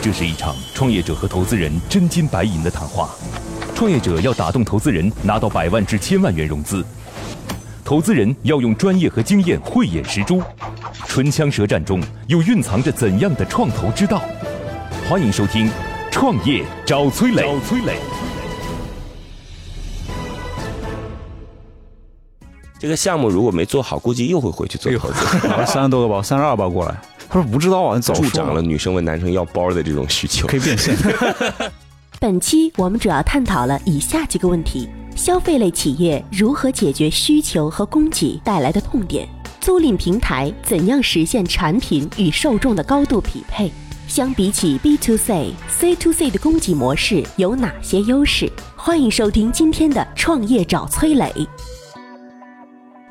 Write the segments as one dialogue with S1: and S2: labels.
S1: 这是一场创业者和投资人真金白银的谈话。创业者要打动投资人，拿到百万至千万元融资；投资人要用专业和经验慧眼识珠。唇枪舌战中，又蕴藏着怎样的创投之道？欢迎收听《创业找崔磊》。
S2: 找崔磊。这个项目如果没做好，估计又会回去
S3: 哎
S2: 做投资。
S3: 三十多个包，三十二包过来。他说不知道啊， 你早
S2: 助
S3: 说
S2: 长
S3: 嘛
S2: 了女生问男生要包的这种需求
S3: 可。以变现。
S4: 本期我们主要探讨了以下几个问题：消费类企业如何解决需求和供给带来的痛点；租赁平台怎样实现产品与受众的高度匹配；相比起 B to C、C to C 的供给模式有哪些优势？欢迎收听今天的《创业找崔磊》。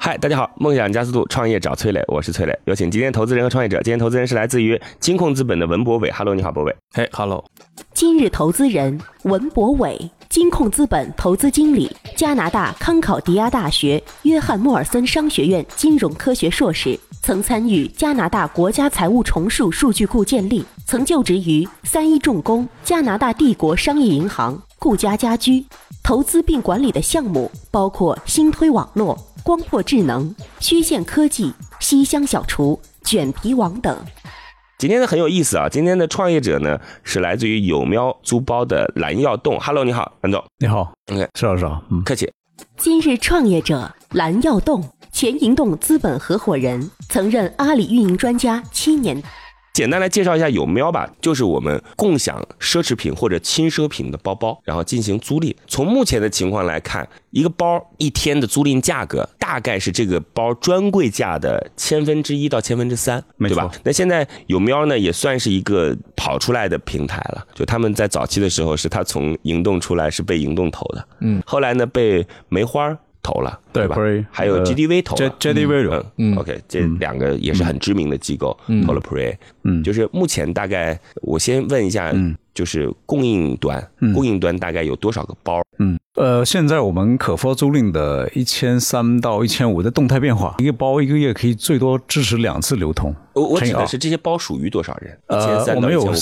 S2: 嗨，大家好，梦想加速度，创业找崔磊，我是崔磊。有请今天投资人和创业者。今天投资人是来自于金控资本的文博伟。Hello，你好，博伟。
S3: 哎哈喽，
S4: 今日投资人文博伟，金控资本投资经理，加拿大康考迪亚大学约翰莫尔森商学院金融科学硕士，曾参与加拿大国家财务重塑数据库建立，曾就职于三一重工、加拿大帝国商业银行、顾家家居。投资并管理的项目包括新推网络、光破智能、虚线科技、西乡小厨、卷皮王等。
S2: 今天的很有意思啊，今天的创业者呢是来自于有喵租包的蓝耀动。Hello，你好，蓝总。
S3: 你好，
S2: OK，
S3: 是老师啊，嗯，
S2: 客气。
S4: 今日创业者蓝耀栋，前银动资本合伙人，曾任阿里运营专家七年。
S2: 简单来介绍一下有喵吧，就是我们共享奢侈品或者轻奢品的包包，然后进行租赁。从目前的情况来看，一个包一天的租赁价格大概是这个包专柜价的千分之一到千分之三，
S3: 没
S2: 对
S3: 错
S2: 吧？那现在有喵呢，也算是一个跑出来的平台了。就他们在早期的时候，是他从营动出来，是被营动投的，嗯，后来呢被梅花儿投了，
S3: 对
S2: 吧
S3: 不是？
S2: 还有
S3: 呃
S2: GDV 投
S3: J
S2: 了。
S3: J D V
S2: 嗯
S3: 流，
S2: OK，这
S3: 嗯
S2: 两个也是很知名的机构投了 Pre，嗯，就是目前大概我先问一下，
S3: 嗯
S2: 就是供应端，供应端大概有多少个包？
S3: 嗯，呃，现在我们可发租赁的一千三到一千五的动态变化，一个包一个月可以最多支持两次流通。
S2: 我我
S3: 乘
S2: 指
S3: 以
S2: 的
S3: 二
S2: 是这些包属于多少人？一千
S3: 呃，
S2: 三
S3: 我
S2: 到
S3: 们
S2: 一千五
S3: 有
S2: 百个，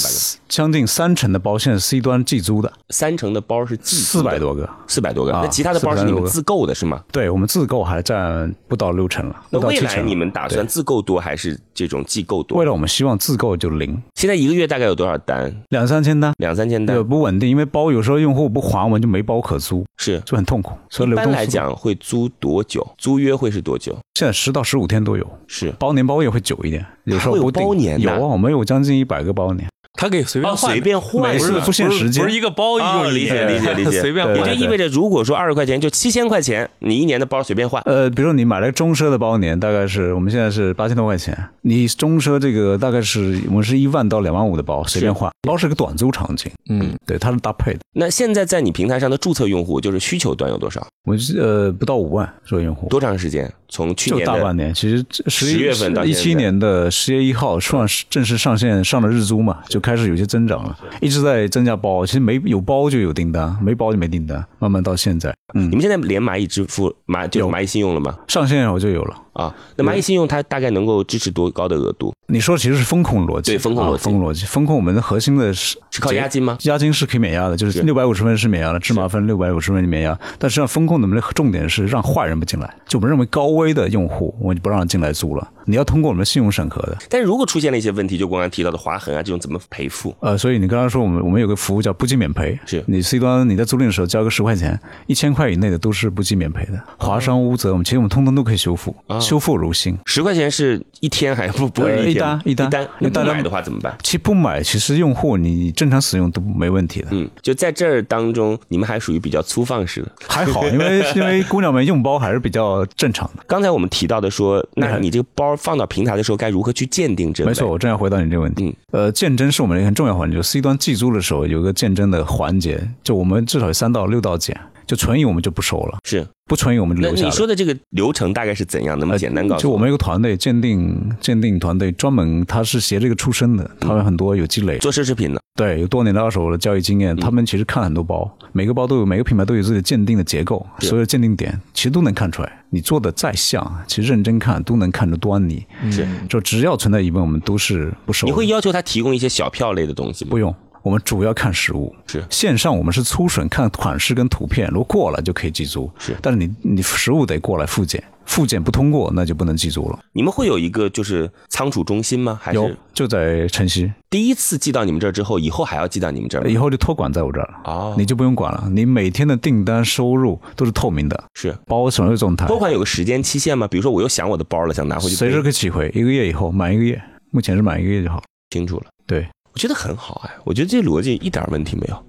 S3: 将近三成的包现在 C 端寄租的，
S2: 三成的包是
S3: 四百多
S2: 个，
S3: 个。
S2: 四百多个，
S3: 啊
S2: 那其他的包是你
S3: 400多
S2: 们
S3: 个
S2: 自购的是吗？
S3: 对我们自购还占不到六成了，
S2: 那
S3: 不到
S2: 未
S3: 七
S2: 来
S3: 成。
S2: 你们打算自购多还是这种寄购多
S3: 未？来我们希望自购就零，
S2: 现在一个月大概有多少单？
S3: 两三千单，
S2: 两三千
S3: 也
S2: 单
S3: 不稳定，因为包有时候用户不还我们就没包可租，
S2: 是。
S3: 就很痛苦。所
S2: 一
S3: 以流
S2: 般
S3: 动
S2: 来
S3: 速度
S2: 讲会租多久？租约会是多久？
S3: 现在十到十五天都有，
S2: 是
S3: 包年包月会久一点，有时候
S2: 还会有
S3: 不定
S2: 包年
S3: 有
S2: 的
S3: 啊，我们有将近一百个包年，
S5: 他可以随便
S2: 啊
S5: 换的，
S2: 随便换
S5: 每
S3: 不
S5: 次
S3: 是
S5: 不
S3: 不限时间
S5: 不是一个
S3: 哎
S5: 包一
S2: 哦
S5: 种
S2: 理解 理解理解
S5: 随便
S2: 也
S3: 对
S2: 就
S5: 换。
S2: 意味着，如果说二十块钱，就七千块钱，你一年的包随便换。
S3: 呃，比如说你买了个中奢的包年，大概是我们现在是八千多块钱，你中奢这个大概是我们是一万到两万五的包，随便换。包是个短租场景，
S5: 嗯，
S3: 对，它是搭配的。
S2: 那现在在你平台上的注册用户，就是需求端有多少？
S3: 我是呃不到五万说用户，
S2: 多长时间？从去
S3: 就
S2: 年
S3: 大
S2: 的
S3: 半年。其实
S2: 10
S3: 十
S2: 月份到
S3: 一
S2: 现在
S3: 七年的十月一号上正式上线上了日租嘛，就开始有些增长了，一直在增加包。其实没有包就有订单，没包就没订单，慢慢到现在，嗯
S2: 你，们现在连蚂蚁支付、蚂就
S3: 有
S2: 蚂蚁信用了吗？
S3: 上线我就有了。
S2: 啊，那蚂蚁信用它大概能够支持多高的额度？
S3: 你说其实是风控逻辑，
S2: 对风控逻辑
S3: 啊风控逻辑，风控我们的核心的是
S2: 是靠押金吗？
S3: 押金是可以免押的，就是
S2: 是
S3: 六百五十分是免押的，芝麻分六百五十分免押。但实际上风控的我们的重点是让坏人不进来，就我们认为高危的用户，我们就不让他进来租了。你要通过我们的信用审核的。
S2: 但是如果出现了一些问题，就刚刚提到的划痕啊，这种怎么赔付？
S3: 呃，所以你刚刚说我们我们有个服务叫不计免赔，
S2: 是
S3: 你 C 端你在租赁的时候交个十块钱，一千块以内的都是不计免赔的，
S2: 哦
S3: 划伤、污责，我们其实我们通通都可以修复，修复如新。
S2: 十块钱是一天还不不会
S3: 呃
S2: 是一
S3: 一
S2: 天
S3: 单一单
S2: 那
S3: 一单
S2: 不买的话怎么办？
S3: 其实不买，其实用户你正常使用都没问 题的，
S2: 嗯，就在这儿当中，你们还属于比较粗放式的。
S3: 还好，因为因为姑娘们用包还是比较正常的。
S2: 刚才我们提到的说，那
S3: 嗯
S2: 你这个包放到平台的时候，该如何去鉴定真伪？
S3: 没错，，我正要回答你这个问题。
S2: 嗯
S3: 呃，鉴真是我们的一个很重要环节，就 C 端寄租的时候有一个鉴真的环节，就我们至少有三到六道检，就存疑我们就不收了，
S2: 是。
S3: 不存疑我们就
S2: 那
S3: 留下
S2: 你
S3: 了。
S2: 说的这个流程大概是怎样？能不能简单告诉
S3: 就我们有个团队鉴定鉴定团队，专门他是学这个出身的，他有很多有积累。
S2: 嗯做奢侈品的，
S3: 对，有多年的二手的交易经
S2: 嗯
S3: 验，他们其实看很多包，每个包都有每个品牌都有自己的鉴定的结构，所有的鉴定点其实都能看出来。你做的再像，其实认真看都能看得端倪。
S2: 是，
S3: 就只要存在疑问，我们都是不收的。
S2: 嗯你会要求他提供一些小票类的东西吗？
S3: 不用，我们主要看实物。
S2: 是
S3: 线上我们是粗审看款式跟图片，如果过了就可以记住。
S2: 是
S3: 但是你你实物得过来复检，复检不通过那就不能记住了。
S2: 你们会有一个就是仓储中心吗？还
S3: 有
S2: 是
S3: 就在晨曦，
S2: 第一次寄到你们这儿之后，以后还要寄到你们这儿吗？
S3: 以后就托管在我这儿了。
S2: 哦
S3: 你就不用管了，你每天的订单收入都是透明的，
S2: 是
S3: 包括省略状态，
S2: 拨款有个时间期限吗？比如说我又想我的包了，想拿回去，
S3: 随时可以取回，一个月以后满一个月，目前是满一个月就好。
S2: 清楚了。
S3: 对，
S2: 我觉得很好哎，我觉得这逻辑一点问题没有。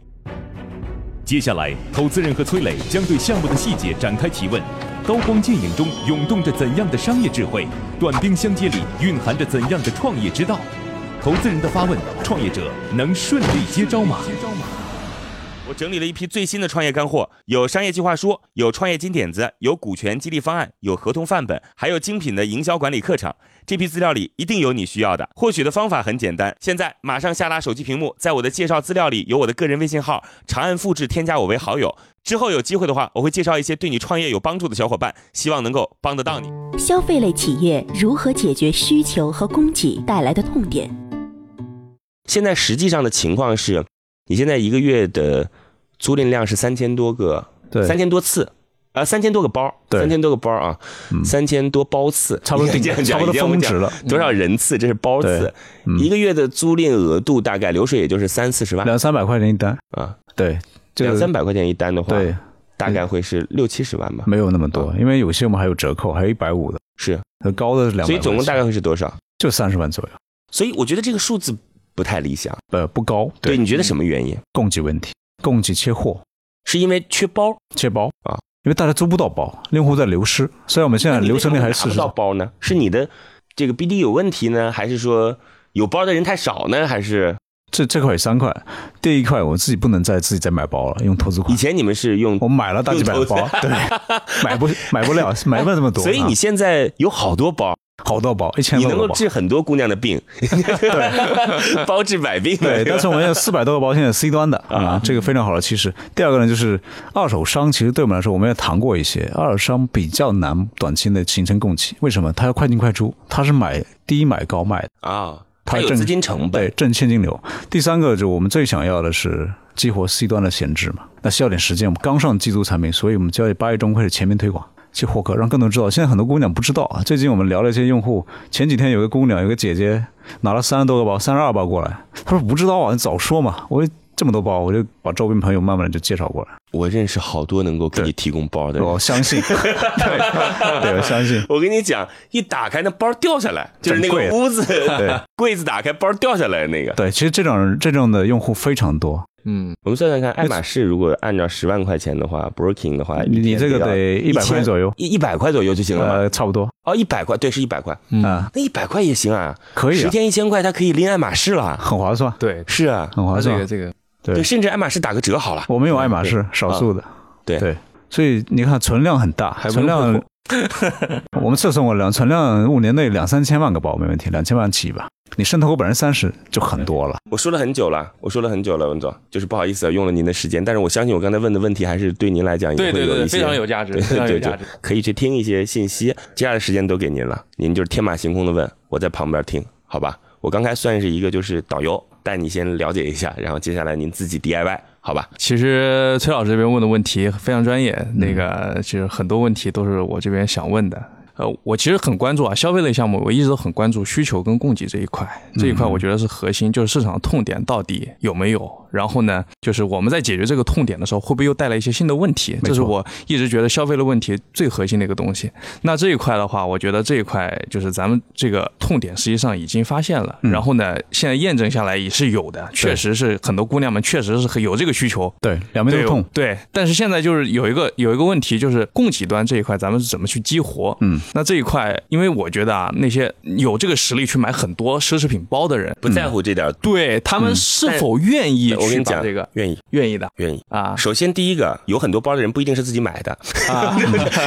S1: 接下来，投资人和崔磊将对项目的细节展开提问。刀光剑影中涌动着怎样的商业智慧？短兵相接里蕴含着怎样的创业之道？投资人的发问，创业者能顺利接招吗？
S2: 我整理了一批最新的创业干货，有商业计划书，有创业金点子，有股权激励方案，有合同范本，还有精品的营销管理课程。这批资料里一定有你需要的。获取的方法很简单，现在马上下拉手机屏幕，在我的介绍资料里有我的个人微信号，长按复制添加我为好友。之后有机会的话，我会介绍一些对你创业有帮助的小伙伴，希望能够帮得到你。
S4: 消费类企业如何解决需求和供给带来的痛点？
S2: 现在实际上的情况是，你现在一个月的租赁量是三千多个，
S3: 对
S2: 三千多次。啊，三千多个包，
S3: 对嗯
S2: 三千多个包啊，三千多包次，
S3: 差不多
S2: 已经
S3: 顶差不多
S2: 已经
S3: 峰值了
S2: 已经多少人次？这是包次
S3: 对，嗯
S2: 一个月的租赁额度大概流水也就是三四十万
S3: 两三百块钱一单，
S2: 啊，
S3: 对，这个
S2: 两三百块钱一单的话，
S3: 对，
S2: 大概会是六七十万吧。
S3: 没有那么多，因为有些我们还有折扣，还有一百五的，
S2: 啊是，
S3: 高的是两百，
S2: 所以总共大概会是多少？
S3: 就三十万左右，
S2: 所以我觉得这个数字不太理想。
S3: 呃，不高。
S2: 对，你觉得什么原因？
S3: 供给问题，供给切货、
S2: 是因为缺包？
S3: 切包
S2: 啊，
S3: 因为大家租不到包，用户在流失。虽然我们现在
S2: 那你
S3: 流
S2: 为
S3: 失
S2: 什么
S3: 率还
S2: 拿
S3: 是
S2: 不
S3: 40%
S2: 到包呢？是你的这个 BD 有问题呢，还是说有包的人太少呢？还是
S3: 这这块有三块，第一块我自己不能再自己再买包了，用投资款
S2: 以。前你们是用
S3: 我买了大几百的包
S2: 用投，
S3: 对，买不买不了，买不了这么多啊。
S2: 所以你现在有好多 包，
S3: 好多包，一千
S2: 你
S3: 多
S2: 能
S3: 个
S2: 够
S3: 包。
S2: 治很多姑娘 的病， 包治百病的。
S3: 对，但是我们 有四百多个包，现在 C 端的啊，这个非常好了。其实第二个呢，就是二手商，其实对我们来说，我们也谈过一些，二手商比较难短期内形成供给，为什么？它要快进快出，它是买低买高卖的，
S2: 啊，它
S3: 要
S2: 有
S3: 挣
S2: 资金成
S3: 对
S2: 本，，
S3: 挣现金流。第三个就是我们最想要的是激活 C 端的闲置嘛，那需要点时间。我们刚上季度产品，所以我们就要八月中开始全面推广。去获客，让更多人知道。现在很多姑娘不知道啊。最近我们聊了一些用户，前几天有个姑娘，有个姐姐拿了三十多个包，三十二包过来，她说不知道啊，你早说嘛。我说这么多包，我就把周边朋友慢慢的就介绍过来。
S2: 我认识好多能够给你提供包的人。
S3: 我相 信，对，对，我相信。
S2: 我跟你讲，一打开那包掉下 来，就是那
S3: 整柜
S2: 个
S3: 的
S2: 屋子
S3: 对
S2: 柜子打开，包掉下来的那个。
S3: 对，其实这种这种的用户非常多，
S5: 嗯，
S2: 我们算算看，爱马仕如果按照十万块钱的话，Broking 的话，
S3: 你这个得
S2: 一
S3: 100
S2: 天
S3: 块钱左右
S2: 一一百块左右就行了吧？
S3: 呃，差不多
S2: 哦，一百块，对，是一百块，
S3: 啊、
S2: 那一百块也行啊，
S3: 可以
S2: 十
S3: 啊，
S2: 天一千块，它可以拎爱马仕了，
S3: 很划算，
S5: 对，
S2: 是啊，
S3: 很划
S5: 他这
S3: 算。
S5: 个这个
S3: 对
S2: 对，甚至爱马仕打个折好了，
S3: 我们有爱马仕，少数的。
S2: 对
S3: 对，所以你看存量很大，
S5: 还不
S3: 存
S5: 用
S3: 量。我们测算过量，存量五年内两三千万个包没问题，两千万起吧。你渗透过百分之三十就很多了。
S2: 我说了很久了，我说了很久了，文总，就是不好意思啊，用了您的时间，但是我相信我刚才问的问题还是对您来讲也会
S5: 对对
S2: 有
S5: 对，
S2: 一些
S5: 非常有价值，
S2: 对
S5: 非常有
S2: 对
S5: 价
S2: 对
S5: 值。，
S2: 可以去听一些信息。接下来时间都给您了，您就是天马行空的问，我在旁边听，好吧？我刚才算是一个就是导游，带你先了解一下，然后接下来您自己 DIY，好吧？
S5: 其实崔老师这边问的问题非常专业，那个其实很多问题都是我这边想问的。呃，我其实很关注啊，消费类项目，我一直都很关注需求跟供给这一块，这一块我觉得是核心，就是市场痛点到底有没有，然后呢，就是我们在解决这个痛点的时候，会不会又带来一些新的问题？这是我一直觉得消费类问题最核心的一个东西。那这一块的话，我觉得这一块就是咱们这个痛点实际上已经发现了，
S2: 嗯
S5: 然后呢，现在验证下来也是有的，确实是很多姑娘们确实是很有这个需求，
S3: 对，两边都痛。
S5: 对，但是现在就是有一个有一个问题，就是供给端这一块，咱们是怎么去激活？
S3: 嗯，
S5: 那这一块，因为我觉得啊，那些有这个实力去买很多奢侈品包的人，
S2: 不在乎这点儿，
S5: 对他们是
S2: 但
S5: 否愿意
S2: 嗯我跟
S5: 去
S2: 你
S5: 嗯把
S2: 讲，
S5: 这个
S2: 愿意
S5: 愿意的
S2: 愿意。
S5: 啊，
S2: 首先，第一个有很多包的人不一定是自己买的，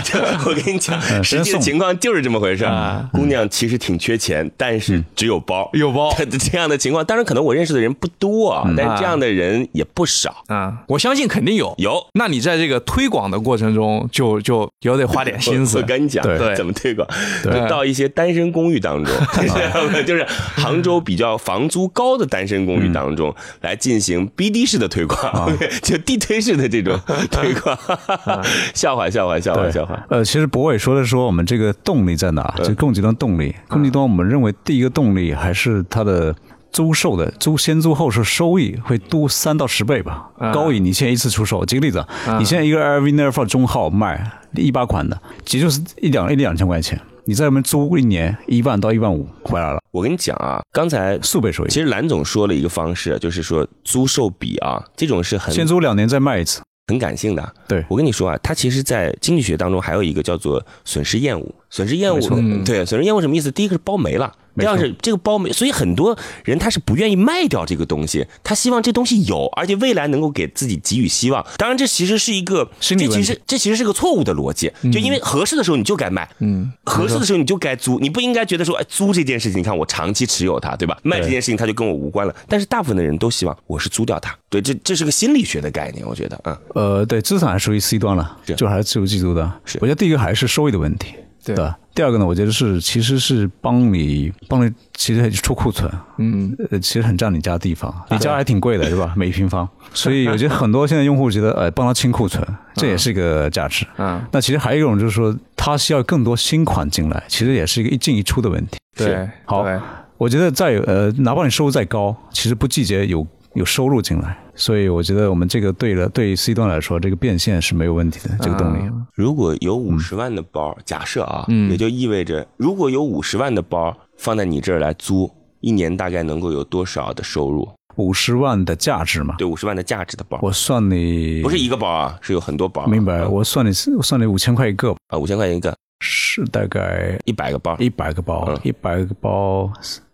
S2: 就我跟你讲，实际的情况就是这么回事儿。姑娘其实挺缺钱，但是只有包，
S5: 啊有包
S2: 这样的情况，当然可能我认识的人不多啊，但是这样的人也不少。
S5: 啊，我相信肯定有。
S2: 嗯有，
S5: 那你在这个推广的过程中就，就有得花点 心
S2: 我
S5: 思
S2: 我。跟你讲，
S5: 对
S2: 怎么推广，就
S5: 对啊
S2: 到一些单身公寓当 中，你知道吗 就是杭州比较房租高的单身公寓当中
S5: 嗯
S2: 来进行 BD 式的推
S5: 啊
S2: 广， 就地推式的这种推广， 笑话笑话笑话笑话。
S3: 呃，其实博伟说的说我们这个动力在哪，就供给端动力。供给端我们认为第一个动力还是它的租售的租先租后售收益会多三到十倍吧，高于你现在一次出售。举个例子啊，你现在一个 LV n e r f a 中号卖一八款的，也就是一两一两千块钱，你在里面租一年一万到一万五回来了，
S2: 我跟你讲啊，刚才
S3: 四倍收益
S2: 其。实蓝总说了一个方式，就是说租售比啊，这种是很
S3: 先租两年再卖一次，
S2: 很感性的。
S3: 对
S2: 我跟你说啊，它其实，在经济学当中还有一个叫做损失厌恶。损失厌恶
S3: 没错
S2: 的，对，损失厌恶什么意思？第一个是包没了。第
S3: 错
S2: 二是这个包没，所以很多人他是不愿意卖掉这个东西，他希望这东西有，而且未来能够给自己给予希望。当然，这其实是一个，这
S3: 心理问
S2: 其
S3: 题嗯
S2: 实这其实是个错误的逻辑，就因为合适的时候你就该卖，嗯，合适的时候你就该租，你不应该觉得说，哎，租这件事情，你看我长期持有它，对吧？卖这件事情它就跟我无关了。但是大部分的人都希望我是租掉它，对，这这是个心理学的概念，我觉得，嗯。
S3: 呃，对，资产还属于 C 端了，
S2: 是
S3: 就还是自由基督的。
S2: 是
S3: 我觉得第一个还是收益的问题，
S5: 对
S3: 吧？第二个呢，我觉得是其实是帮你帮你，其实出库存，
S5: 嗯，
S3: 呃，其实很占你家地方，你家还挺贵的是吧？每平方，所以我觉得很多现在用户觉得， 呃，帮他清库存，这也是一个价值。
S5: 嗯，
S3: 那其实还有一种就是说，他需要更多新款进来，其实也是一个一进一出的问题。
S5: 对，
S3: 好
S5: 对
S3: 我觉得再有呃，哪怕你收入再高，其实不季节有有收入进来，所以我觉得我们这个对了，对于 C 端来说，这个变现是没有问题的，这个动力。
S2: 如果有
S3: 嗯
S2: 五十万的包，假设啊，也就意味着如果有五十万的包放在你这儿来租，一年大概能够有多少的收入？
S3: 五十万的价值嘛，
S2: 对，五十万的价值的包，
S3: 我算你
S2: 不是一个包啊，是有很多包。
S3: 明白，
S2: 啊
S3: 我算你我算你五千块一个，
S2: 啊，五千块钱一个，
S3: 是大概
S2: 一百个包，
S3: 一百个包
S2: 嗯，
S3: 一百个包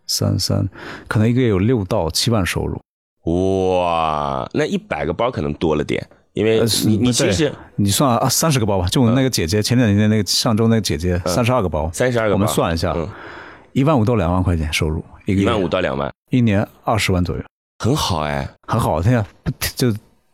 S3: 三三，可能一个月有六到七万收入。
S2: 哇，那一百个包可能多了点，因为
S3: 呃是
S2: 你你
S3: 对
S2: 其实
S3: 你算啊，三十个包吧，就我那个姐姐，前两年那个上周那个姐姐，三十二个包，
S2: 嗯三十二个包，
S3: 我们算一下，一万五到两万块钱收入，啊一个
S2: 嗯一
S3: 月
S2: 万五到两万，
S3: 一年二十万左右，
S2: 很好哎，
S3: 很好。现在不就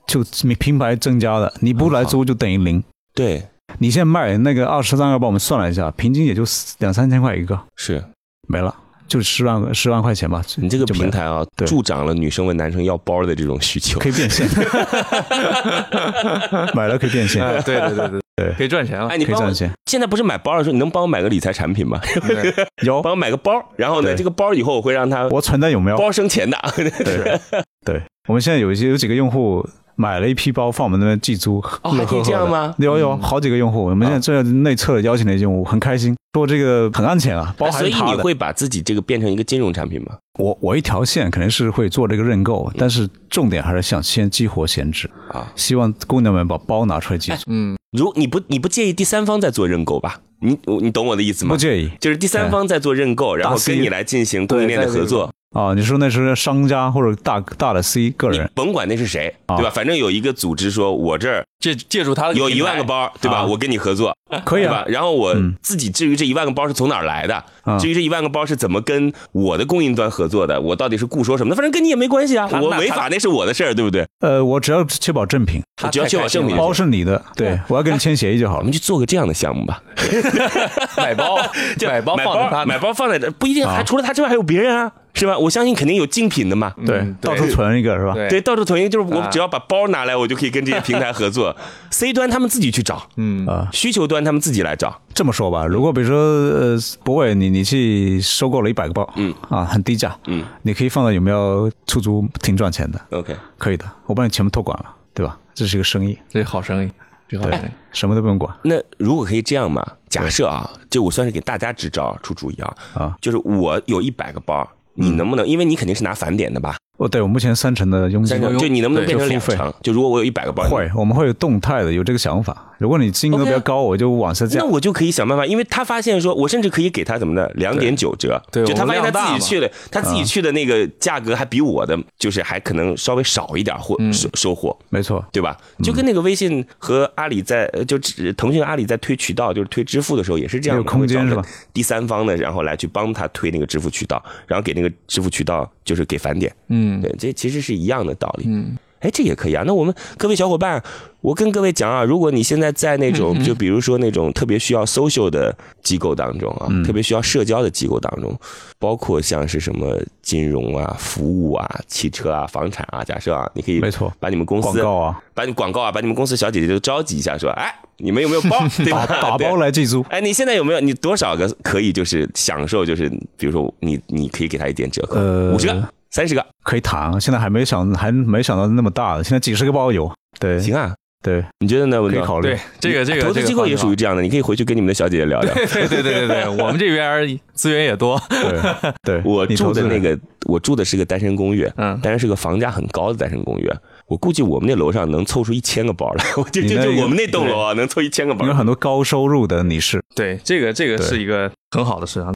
S3: 就平白增加的，你不来租就等于零。
S2: 对，
S3: 你现在卖那个二十三个包，我们算了一下，平均也就两三千块一个，
S2: 是
S3: 没了，就十万十万块钱吧。
S2: 你这个
S3: 就没
S2: 平
S3: 了
S2: 台啊，
S3: 对
S2: 助长了女生问男生要包的这种需求
S3: 可。以变现，买了可以变现，
S5: 哎对对对对
S3: 对
S5: 可以赚钱了
S2: 哎，。你
S3: 可以
S2: 帮我
S3: 赚钱。
S2: 现在不是买包的时候，你能帮我买个理财产品吗？
S5: 嗯对
S3: 有
S2: 帮我买个包，然后呢，
S3: 对
S2: 这个包以后我会让他
S3: 我存的有没有？
S2: 包生钱的。
S3: 对对，我们现在有一些有几个用户买了一批包放我们那边寄租，
S2: 哦还
S3: 乐呵
S2: 可以
S3: 呵
S2: 这样
S3: 的
S2: 吗嗯哦
S3: 有有好几个用户，我们现在这内测邀请的用户很开心，说这个很安全啊，包还
S2: 所
S3: 是
S2: 以
S3: 他
S2: 你
S3: 的。
S2: 会把自己这个变成一个金融产品吗？
S3: 我我一条线肯定是会做这个认购，但是重点还是想先激活闲置
S2: 啊，
S3: 希望姑娘们把包拿出来寄租，
S5: 嗯，
S2: 如你不你不介意第三方在做认购吧？你我你懂我的意思吗
S3: 不？介意嗯
S2: 就是第三方在做认购，然后
S3: 大 C
S2: 跟你来进行供应链的合作，
S3: 啊。你说那是商家或者大大的 C 个
S2: 你
S3: 人，
S2: 甭管那是谁，
S3: 啊
S2: 对吧？反正有一个组织说，我这儿
S5: 借借助他的
S2: 有一万
S5: 平
S2: 个
S5: 台，
S2: 包，对吧？
S3: 啊
S2: 我跟你合作，
S3: 可以
S2: 对
S3: 啊
S2: 吧？，然后我
S3: 嗯
S2: 自己至于这一万个包是从哪儿来的，
S3: 啊
S2: 至于这一万个包是怎么跟我的供应端合作的，我到底是固收什么的，反正跟你也没关系啊，
S5: 他
S2: 我
S5: 那
S2: 违
S5: 他
S2: 法那是我的事儿，对不对？
S3: 呃，我只要确保正品，
S5: 他
S2: 只要
S5: 太
S2: 确保
S5: 开心
S2: 正品
S5: 了
S3: 包是你的，嗯 对我要跟你签协议就好
S2: 我
S3: 了
S2: 们。去做个这样的项目吧，
S5: 买包
S2: 就
S5: 买包
S2: 买
S5: 放在他
S2: 包
S5: 那
S2: 买包放在这，不一定还除了他之外还有别人啊，是吧？我相信肯定有竞品的嘛。
S3: 对
S5: 嗯，
S3: 到处存一个是吧？
S5: 对
S2: 啊对，到处统一就是我
S5: 啊
S2: 只要把包拿来，我就可以跟这些平台合作。C 端他们自己去找，
S5: 嗯
S3: 啊
S2: 需求端他们自己来找。
S3: 这么说吧，如果比如说呃，博伟你你去收购了一百个包，
S2: 嗯
S3: 啊，很低价，
S2: 嗯，
S3: 你可以放到有没有出租，挺赚钱的，
S2: OK，
S3: 可以的，我帮你全部托管了，对吧？这是一个生意，
S5: 这好生意，这好生意。
S3: 什么都不用管
S2: 那如果可以这样嘛？假设啊，就我算是给大家支招出主意啊，嗯
S3: 啊。
S2: 就是我有一百个包，你能不能？因为你肯定是拿返点的吧？
S3: 我哦，对我目前三成的佣金
S2: 三成，就你能不能变成
S3: 对
S2: 两
S3: 就付费
S2: 成？就如果我有一百个包，
S3: 会，我们会有动态的，有这个想法。如果你金额
S2: OK 啊
S3: 比较高，我就往下
S2: 那
S3: 降。
S2: 我就可以想办法，因为他发现说，我甚至可以给他怎么呢？两点九折，
S5: 对
S2: 就他
S5: 我
S2: 发
S5: 们
S2: 现他
S5: 量大
S2: 自
S5: 嘛
S2: 己去了，他自己去的那个价格还比我的，就是还可能稍微少一点或收收获。
S3: 没错，
S2: 对吧？就跟那个微信和阿里在，呃就只腾讯、阿里在推渠道，就是推支付的时候也是这样的，
S3: 有空间
S2: 会找
S3: 是吧
S2: 第三方的，然后来去帮他推那个支付渠道，然后给那个支付渠道就是给返点。
S5: 嗯
S2: 对，这其实是一样的道理。嗯，哎，这也可以啊。那我们各位小伙伴，我跟各位讲啊，如果你现在在那
S3: 嗯
S2: 种，就比如说那种特别需要 social 的机构当中
S3: 嗯
S2: 啊，特别需要社交的机构当中，包括像是什么金融啊、服务啊、汽车啊、房产啊，假设啊，你可以
S3: 没错
S2: 把你们公
S3: 广
S2: 司
S3: 告啊，
S2: 把你广告啊，把你们公司小姐姐就召集一下，说，哎，你们有没有 包？对吧？
S3: 打打包
S2: 对
S3: 来寄租。
S2: 哎，你现在有没有？你多少个可以就是享受？就是比如说你，你可以给他一点折扣，
S3: 呃
S2: 五十个、三十个，
S3: 可以谈，现在还没想，还没想到那么大的，现在几十个包有，对
S2: 行啊。
S3: 对，
S2: 你觉得呢？文
S3: 可以
S2: 总
S3: 考虑。
S5: 对，这个这个
S2: 投资机构也属于。这样的，你可以回去跟你们的小姐姐聊聊。
S5: 这 个方式好对对对对对，我们这边儿资源也多，
S3: 对对，
S2: 我
S3: 你投
S2: 住的
S3: 资
S2: 那个，我住的是个单身公寓，
S5: 嗯
S2: 但是是个房价很高的单身公寓。我估计我们那楼上能凑出一千个包来，我就
S3: 你
S2: 就
S3: 那
S2: 就
S3: 个
S2: 我们那栋楼啊，能凑一千个包
S3: 有。很多高收入的女士，
S5: 对，这个这个
S3: 对
S5: 是一个很好的市啊场。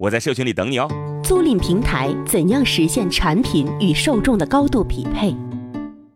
S2: 我在社群里等你哦。
S4: 租赁平台怎样实现产品与受众的高度匹配？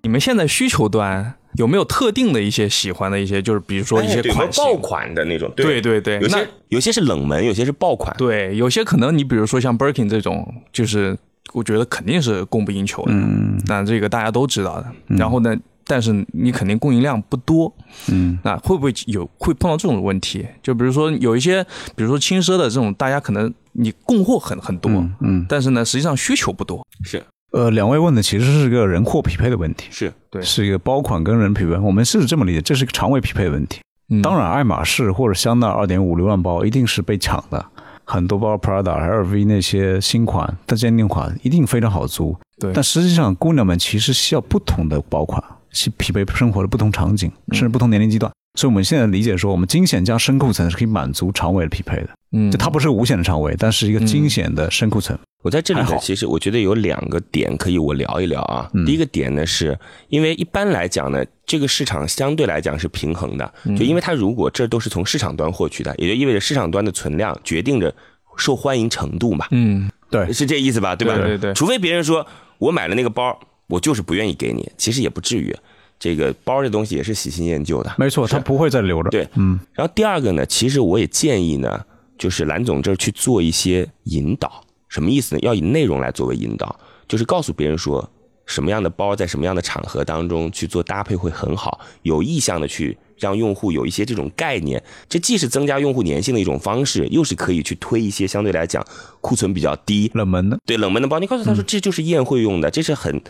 S5: 你们现在需求端有没有特定的一些喜欢的一些，就是比如
S2: 哎
S5: 说一些款型？
S2: 款的那种，
S5: 对对对，
S2: 有
S5: 那
S2: 些有些是冷门，有些是爆款。
S5: 对有些可能你比如说像 Birkin 这种，就是我觉得肯定是供不应求的，
S3: 嗯
S5: 那这个大家都知道的。然后呢，但是你肯定供应量不多，
S3: 嗯，
S5: 那会不会有会碰到这种问题？就比如说有一些，比如说轻奢的这种，大家可能你供货很很多，
S3: 嗯嗯，
S5: 但是呢，实际上需求不多。
S2: 是
S3: 呃，两位问的其实是个人货匹配的问题，
S2: 是，
S5: 对
S3: 是一个包款跟人匹配，我们是这么理解，这是个长尾匹配的问题。
S5: 嗯
S3: 当，然，爱马仕或者香奈儿2.5流浪包一定是被抢的，很多包 Prada、LV 那些新款、但限定款一定非常好租。
S5: 对
S3: 但实际上姑娘们其实需要不同的包款，是匹配生活的不同场景，甚至不同年龄阶段。所以我们现在理解说，我们精显加深裤层是可以满足长尾的匹配的，
S5: 嗯，
S3: 就它不是无显的长尾，但是一个精显的深裤层。
S2: 我在这里
S3: 还
S2: 呢，
S3: 好
S2: 其实我觉得有两个点可以我聊一聊啊。
S3: 嗯
S2: 第一个点呢，是因为一般来讲呢，这个市场相对来讲是平衡的，就因为它如果这都是从市场端获取的，也就意味着市场端的存量决定着受欢迎程度嘛，
S5: 嗯，
S3: 对，
S2: 是这意思吧？对吧？
S5: 对对对
S2: 除非别人说我买了那个包，我就是不愿意给你，其实也不至于。这个包这东西也是喜新厌旧的，
S3: 没错，它不会再留着。
S2: 对
S3: 嗯，
S2: 然后第二个呢，其实我也建议呢，就是蓝总这儿去做一些引导，什么意思呢？要以内容来作为引导，就是告诉别人说什么样的包在什么样的场合当中去做搭配会很好，有意向的去让用户有一些这种概念，这既是增加用户粘性的一种方式，又是可以去推一些相对来讲库存比较低，
S3: 冷门的。
S2: 对冷门的包，你告诉他说这就是宴会用的，这是很。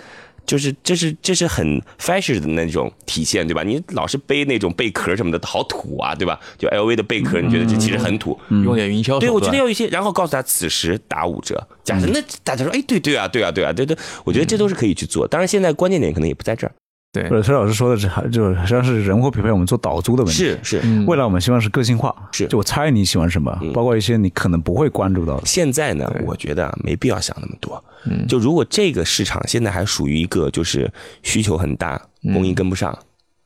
S2: 就是这是这是很 fashion 的那种体现，对吧？你老是背那种贝壳什么的，好土啊，对吧？就 LV 的贝壳，你觉得这其实很土，
S3: 嗯
S5: 用点营销手段。
S2: 对，我觉得要有一些，然后告诉他此时打五折。假设那大家说，哎，对对啊，对啊，对啊，对对，我觉得这都是可以去做。当然，现在关键点可能也不在这儿，
S5: 对
S3: 不，是，呃崔老师说的是还就是实际上是人货匹配，我们做导租的问题。
S2: 是是。
S5: 嗯
S3: 未来我们希望是个性化，
S2: 是
S3: 就我猜你喜欢什么，包括一些你可能不会关注到的。
S2: 现在呢，
S5: 对
S2: 我觉得啊没必要想那么多。
S5: 嗯
S2: 就如果这个市场现在还属于一个就是需求很大，供应跟不上，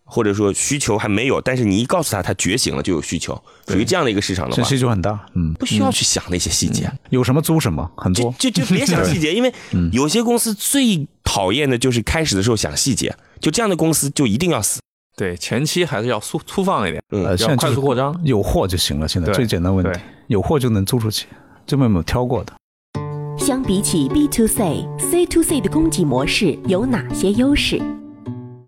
S2: 或者说需求还没有，但是你一告诉他他觉醒了就有需求，属于这样的一个市场的
S3: 这
S2: 话，
S3: 需求很大，嗯，
S2: 不需要去想那些细节。
S3: 有什么租什么，很
S2: 就
S3: 多。
S2: 就就别 想细节，因为有些公司最讨厌的就是开始的时候想细节，就这样的公司就一定要死。
S5: 对前期还是要粗粗放一点，
S3: 呃，现
S5: 嗯
S3: 在
S5: 要快
S3: 就
S5: 速
S3: 是
S5: 扩张。
S3: 有货就行了，现在
S5: 对
S3: 最简单问
S5: 对
S3: 题，有货就能租出去，这么有没有挑过的？
S4: 相比起 B to C、C to C 的供给模式有哪些优势？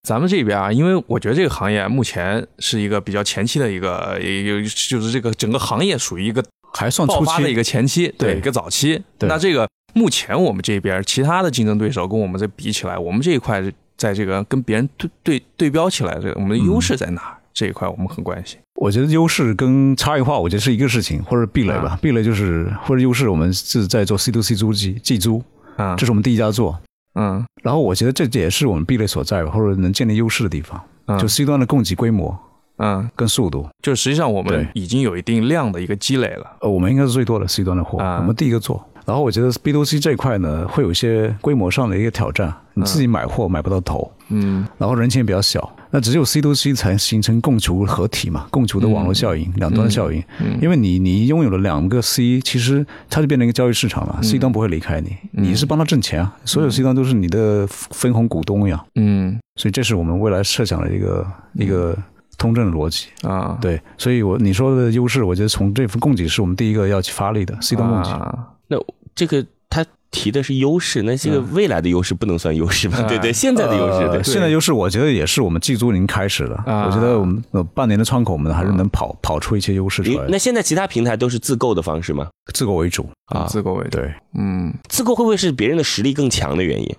S5: 咱们这边啊，因为我觉得这个行业目前是一个比较前期的一个，也有就是这个整个行业属于一个
S3: 还算
S5: 爆
S3: 初
S5: 发的一
S3: 期，
S5: 个前期，对
S3: 对
S5: 一个早期。
S3: 对
S5: 那这个目前我们这边其他的竞争对手跟我们这比起来，我们这一块在这个跟别人对对对标起来，这个我们的优势在哪儿？这一块我们很关心。
S3: 我觉得优势跟差异化，我觉得是一个事情，或者壁垒
S5: 嗯
S3: 吧。壁垒就是或者优势，我们是在做 C to C 租机季租，
S5: 啊，
S3: 这是我们第一家做。
S5: 嗯
S3: 然后我觉得这也是我们壁垒所在吧，或者能建立优势的地方，
S5: 嗯
S3: 就 C 端的供给规模
S5: 嗯，
S3: 跟速度。
S5: 就实际上我们
S3: 对
S5: 已经有一定量的一个积累了。
S3: 呃，我们应该是最多的 C 端的货，
S5: 啊
S3: 我们第一个做。然后我觉得 B to C 这一块呢，会有一些规模上的一个挑战，你自己买货买不到头，
S5: 嗯
S3: 然后人群也比较小，那只有 C to C 才形成供求合体嘛，供求的网络效应、两端的效应。
S5: 嗯
S3: 因为你你拥有了两个 C，其实它就变成一个交易市场了、c 端不会离开你，你是帮他挣钱啊，所有 C 端都是你的分红股东呀，
S5: 嗯
S3: 所以这是我们未来设想的一个、一个通证的逻辑。
S5: 啊，
S3: 对，所以我你说的优势，我觉得从这份供给是我们第一个要去发力的 C 端供给。
S5: 啊，
S2: 那这个他提的是优势，那这个未来的优势不能算优势吧？
S5: 嗯
S2: 嗯对对，现在的优势，对
S3: 呃现在优势我觉得也是我们季租已经开始了。
S5: 啊
S3: 我觉得我们呃半年的窗口，我们还是能跑、跑出一些优势出
S2: 你
S3: 来的
S2: 啊那。现在其他平台都是自购的方式吗？
S3: 自购为主，
S2: 啊，
S5: 自购为主，
S3: 对，
S5: 嗯，
S2: 自购会不会是别人的实力更强的原因？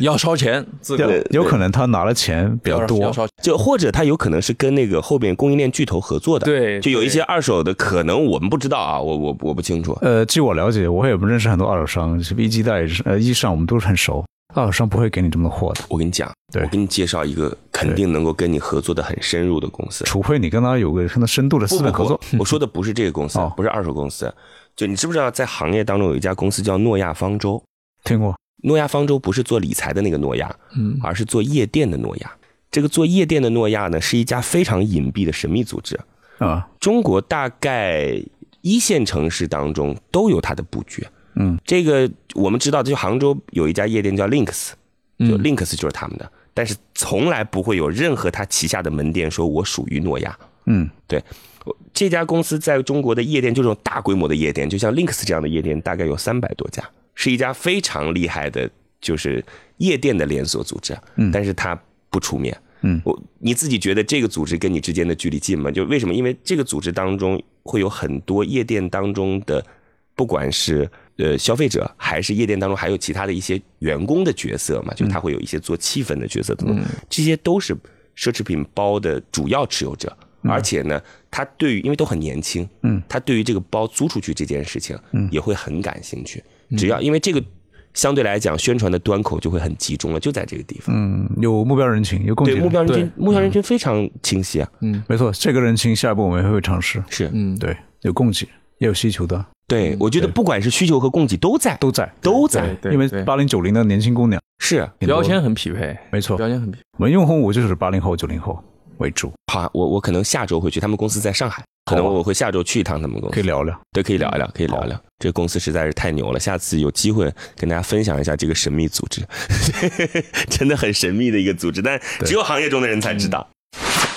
S5: 要烧钱，自购
S3: 有有可能他拿了钱比较
S5: 要
S3: 多，
S5: 烧
S2: 就或者他有可能是跟那个后边供应链巨头合作的，
S5: 对
S2: 就有一些
S5: 对
S2: 二手的，可能我们不知道啊，我我我不 清楚。
S3: 呃，据我了解，我也认识很多二手商，是一级代呃一上我们都是很熟，二手商不会给你这么多货的，
S2: 我跟你讲，
S3: 对
S2: 我给你介绍一个肯定能够跟你合作的很深入的公司。
S3: 除非你跟他有个很深度的
S2: 不
S3: 资本合作。
S2: 不不我说的不是这个公司
S3: 哦，
S2: 不是二手公司。就你知不知道，在行业当中有一家公司叫诺亚方舟？
S3: 听过，
S2: 诺亚方舟不是做理财的那个诺亚，
S5: 嗯
S2: 而是做夜店的诺亚。这个做夜店的诺亚呢，是一家非常隐蔽的神秘组织。
S3: 啊，
S2: 中国大概一线城市当中都有它的布局。
S3: 嗯，
S2: 这个我们知道，就杭州有一家夜店叫 Links，就
S5: 嗯
S2: Links 就是他们的，但是从来不会有任何他旗下的门店说我属于诺亚。
S3: 嗯，
S2: 这家公司在中国的夜店，就这种大规模的夜店，就像 Links 这样的夜店，大概有三百多家，是一家非常厉害的，就是夜店的连锁组织。
S3: 嗯
S2: 但是它不出面。
S3: 嗯
S2: 我你自己觉得这个组织跟你之间的距离近吗？就为什么？因为这个组织当中会有很多夜店当中的，不管是呃消费者，还是夜店当中还有其他的一些员工的角色
S3: 嗯
S2: 嘛，就他会有一些做气氛的角色等等，这些都是奢侈品包的主要持有者。而且呢，他对于因为都很年轻，
S3: 嗯，
S2: 他对于这个包租出去这件事情，嗯，也会很感兴趣。
S3: 嗯
S2: 只要因为这个相对来讲宣传的端口就会很集中了，就在这个地方。
S3: 嗯，有目标人群，有供给嗯
S2: 对
S3: 人
S2: 目标人群
S5: 对，
S2: 目标人群非常清晰啊。
S3: 没错，这个人群下一步我们也会尝试。
S2: 是
S5: 嗯，
S3: 对，有供给也有需求的
S2: 对，我觉得不管是需求和供给都在，
S3: 嗯都在，
S2: 都
S5: 对
S2: 在。
S5: 对，
S3: 因为
S5: 对
S3: 八零九零的年轻姑娘
S2: 是
S3: 挺多
S5: 标
S3: 的
S5: 签很匹配，
S3: 没错，
S5: 标签很匹配。
S3: 我们用户我就是八零后九零后为主，
S2: 好啊，我我可能下周会去，他们公司在上海，可能
S3: 好啊
S2: 我会下周去一趟他们公
S3: 可以
S2: 司。
S3: 聊聊。
S2: 对，可以聊一聊，可以聊一聊。这个公司实在是太牛了，下次有机会跟大家分享一下这个神秘组织， 真的很神秘的一个组织，但只有行业中的人才知道。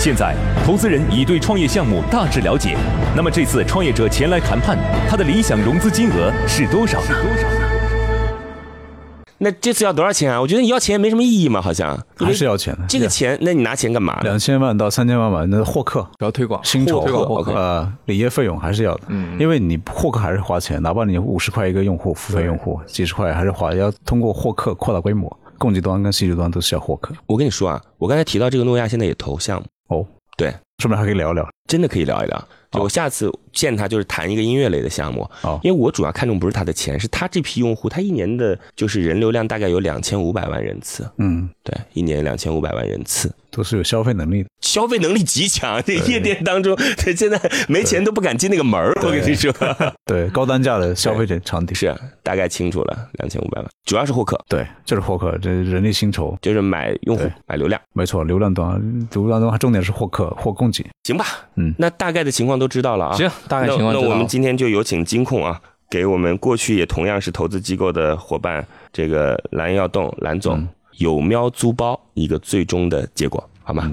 S1: 现在，投资人已对创业项目大致了解。那么这次创业者前来谈判，他的理想融资金额是多少？是多少？
S2: 那这次要多少钱啊？我觉得你要钱没什么意义嘛，好像
S3: 还是要钱的。
S2: 这个钱，那你拿钱干嘛？
S3: 两千万到三千万吧，那获客
S5: 主要推广
S3: 薪酬
S5: 推广获客
S3: 呃礼业费用还是要的，
S5: 嗯
S3: 因为你获客还是花钱，哪怕你五十块一个用户付费用户，几十块还是花，要通过获客扩大规模，供给端跟需求端都是要获客。
S2: 我跟你说啊，我刚才提到这个诺亚现在也投项目，
S3: 哦，
S2: 对，
S3: 顺便还可以聊聊。
S2: 真的可以聊一聊。就我下次见他，就是谈一个音乐类的项目
S3: 好，
S2: 因为我主要看重不是他的钱，是他这批用户，他一年的就是人流量大概有两千五百万人次，
S3: 嗯，
S2: 对，一年两千五百万人次，
S3: 都是有消费能力的。
S2: 消费能力极强。这夜店当中，对现在没钱都不敢进那个门儿。我跟你说，
S3: 对，高单价的消费者场地
S2: 是啊大概清楚了，两千五百万，主要是获客，
S3: 对，就是获客，这人力薪酬，
S2: 就是买用户
S3: 对、
S2: 买流量，
S3: 没错，流量端，流量端重点是获客、获供给。
S2: 行吧？
S3: 嗯
S2: 那大概的情况都知道了啊。
S5: 行，大概情况
S2: 那
S5: 知
S2: 那
S5: 道
S2: 我
S5: 了
S2: 们今天就有请金控啊，给我们过去也同样是投资机构的伙伴，这个蓝嗯嗯药动蓝总、有喵租包一个最终的结果，好吗？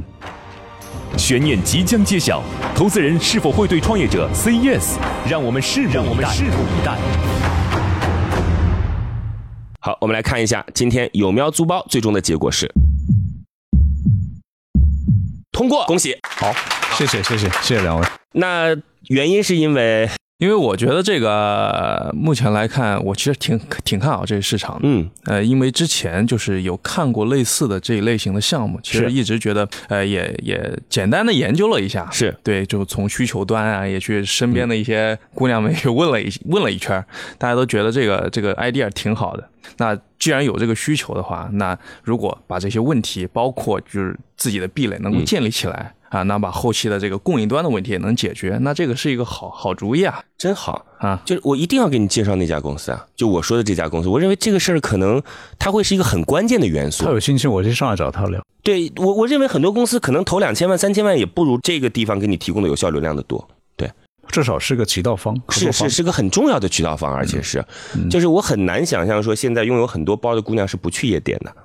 S1: 悬念即将揭晓，投资人是否会对创业者 say yes？让我们拭目以待。
S2: 好，我们来看一下今天有喵租包最终的结果是通过，恭喜。
S3: 好，谢谢谢谢谢谢两位。
S2: 那原因是因为，
S5: 因为我觉得这个呃目前来看，我其实挺挺看好这个市场的。
S2: 嗯，
S5: 呃，因为之前就是有看过类似的这一类型的项目，其
S2: 是
S5: 实一直觉得，呃，也也简单的研究了一下，
S2: 是
S5: 对，就从需求端啊，也去身
S3: 嗯
S5: 边的一些姑娘们也问了一问了一圈儿，大家都觉得这个这个 idea 挺好的。那既然有这个需求的话，那如果把这些问题，包括就是自己的壁垒能
S3: 嗯
S5: 够建立起来。啊，那把后期的这个供应端的问题也能解决，那这个是一个好好主意啊！
S2: 真好
S5: 啊！
S2: 就是我一定要给你介绍那家公司啊，就我说的这家公司，我认为这个事儿可能它会是一个很关键的元素
S3: 他。有兴趣，我去上海找他聊。
S2: 对我，我认为很多公司可能投两千万、三千万也不如这个地方给你提供的有效流量的多。
S3: 至少是个起到方，合
S2: 是
S3: 作方
S2: 是是个很重要的渠道方，而且是，就是我很难想象说现在拥有很多包的姑娘是不去夜店的，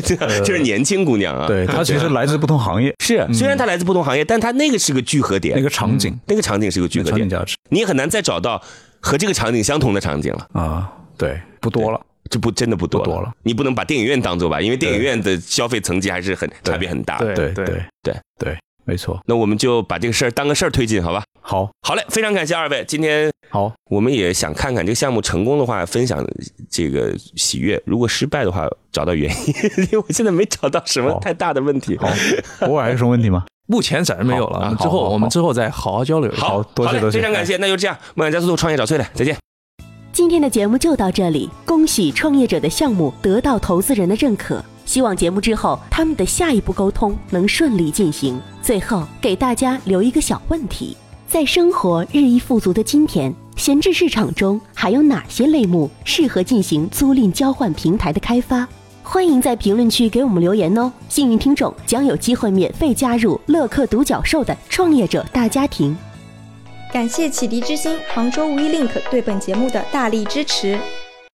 S2: 这 就是年轻姑娘啊。
S3: 对他其实来自不同行业，
S2: 是，虽然她来自不同行业，但她嗯那个是个聚合点，
S3: 那个场景、
S2: 那个场景嗯是个聚
S3: 那个场
S2: 合
S3: 景
S2: 点，
S3: 价值
S2: 你也很难再找到和这个场景相同的场景了，
S3: 啊，对，不多了。
S2: 这不真的不多
S3: 不多了。
S2: 你不能把电影院当做吧，因为电影院的消费层级还是很差别很大。
S3: 啊对
S5: 对，
S3: 对
S2: 对
S3: 对，没错。
S2: 那我们就把这个事儿当个事儿推进，好吧？
S3: 好，
S2: 好嘞，非常感谢二位，今天
S3: 好，
S2: 我们也想看看这个项目成功的话，分享这个喜悦；如果失败的话，找到原因。 因为我现在没找到什么
S3: 好
S2: 太大的问题。
S3: 好，偶尔还有什么问题吗？
S5: 目前暂时没有了，
S2: 好啊
S5: 我们之
S3: 好
S5: 后
S3: 好
S5: 我们之后再好好交流一下。
S2: 好，
S3: 多谢
S2: 好嘞
S3: 多谢
S2: 非常感谢。那就这样，梦想加速度，创业找崔磊，再见。
S4: 今天的节目就到这里，恭喜创业者的项目得到投资人的认可。希望节目之后他们的下一步沟通能顺利进行。最后给大家留一个小问题：在生活日益富足的今天，闲置市场中还有哪些类目适合进行租赁交换平台的开发？欢迎在评论区给我们留言哦，幸运听众将有机会免费加入乐客独角兽的创业者大家庭。
S6: 感谢启迪之星、杭州无一 link 对本节目的大力支持。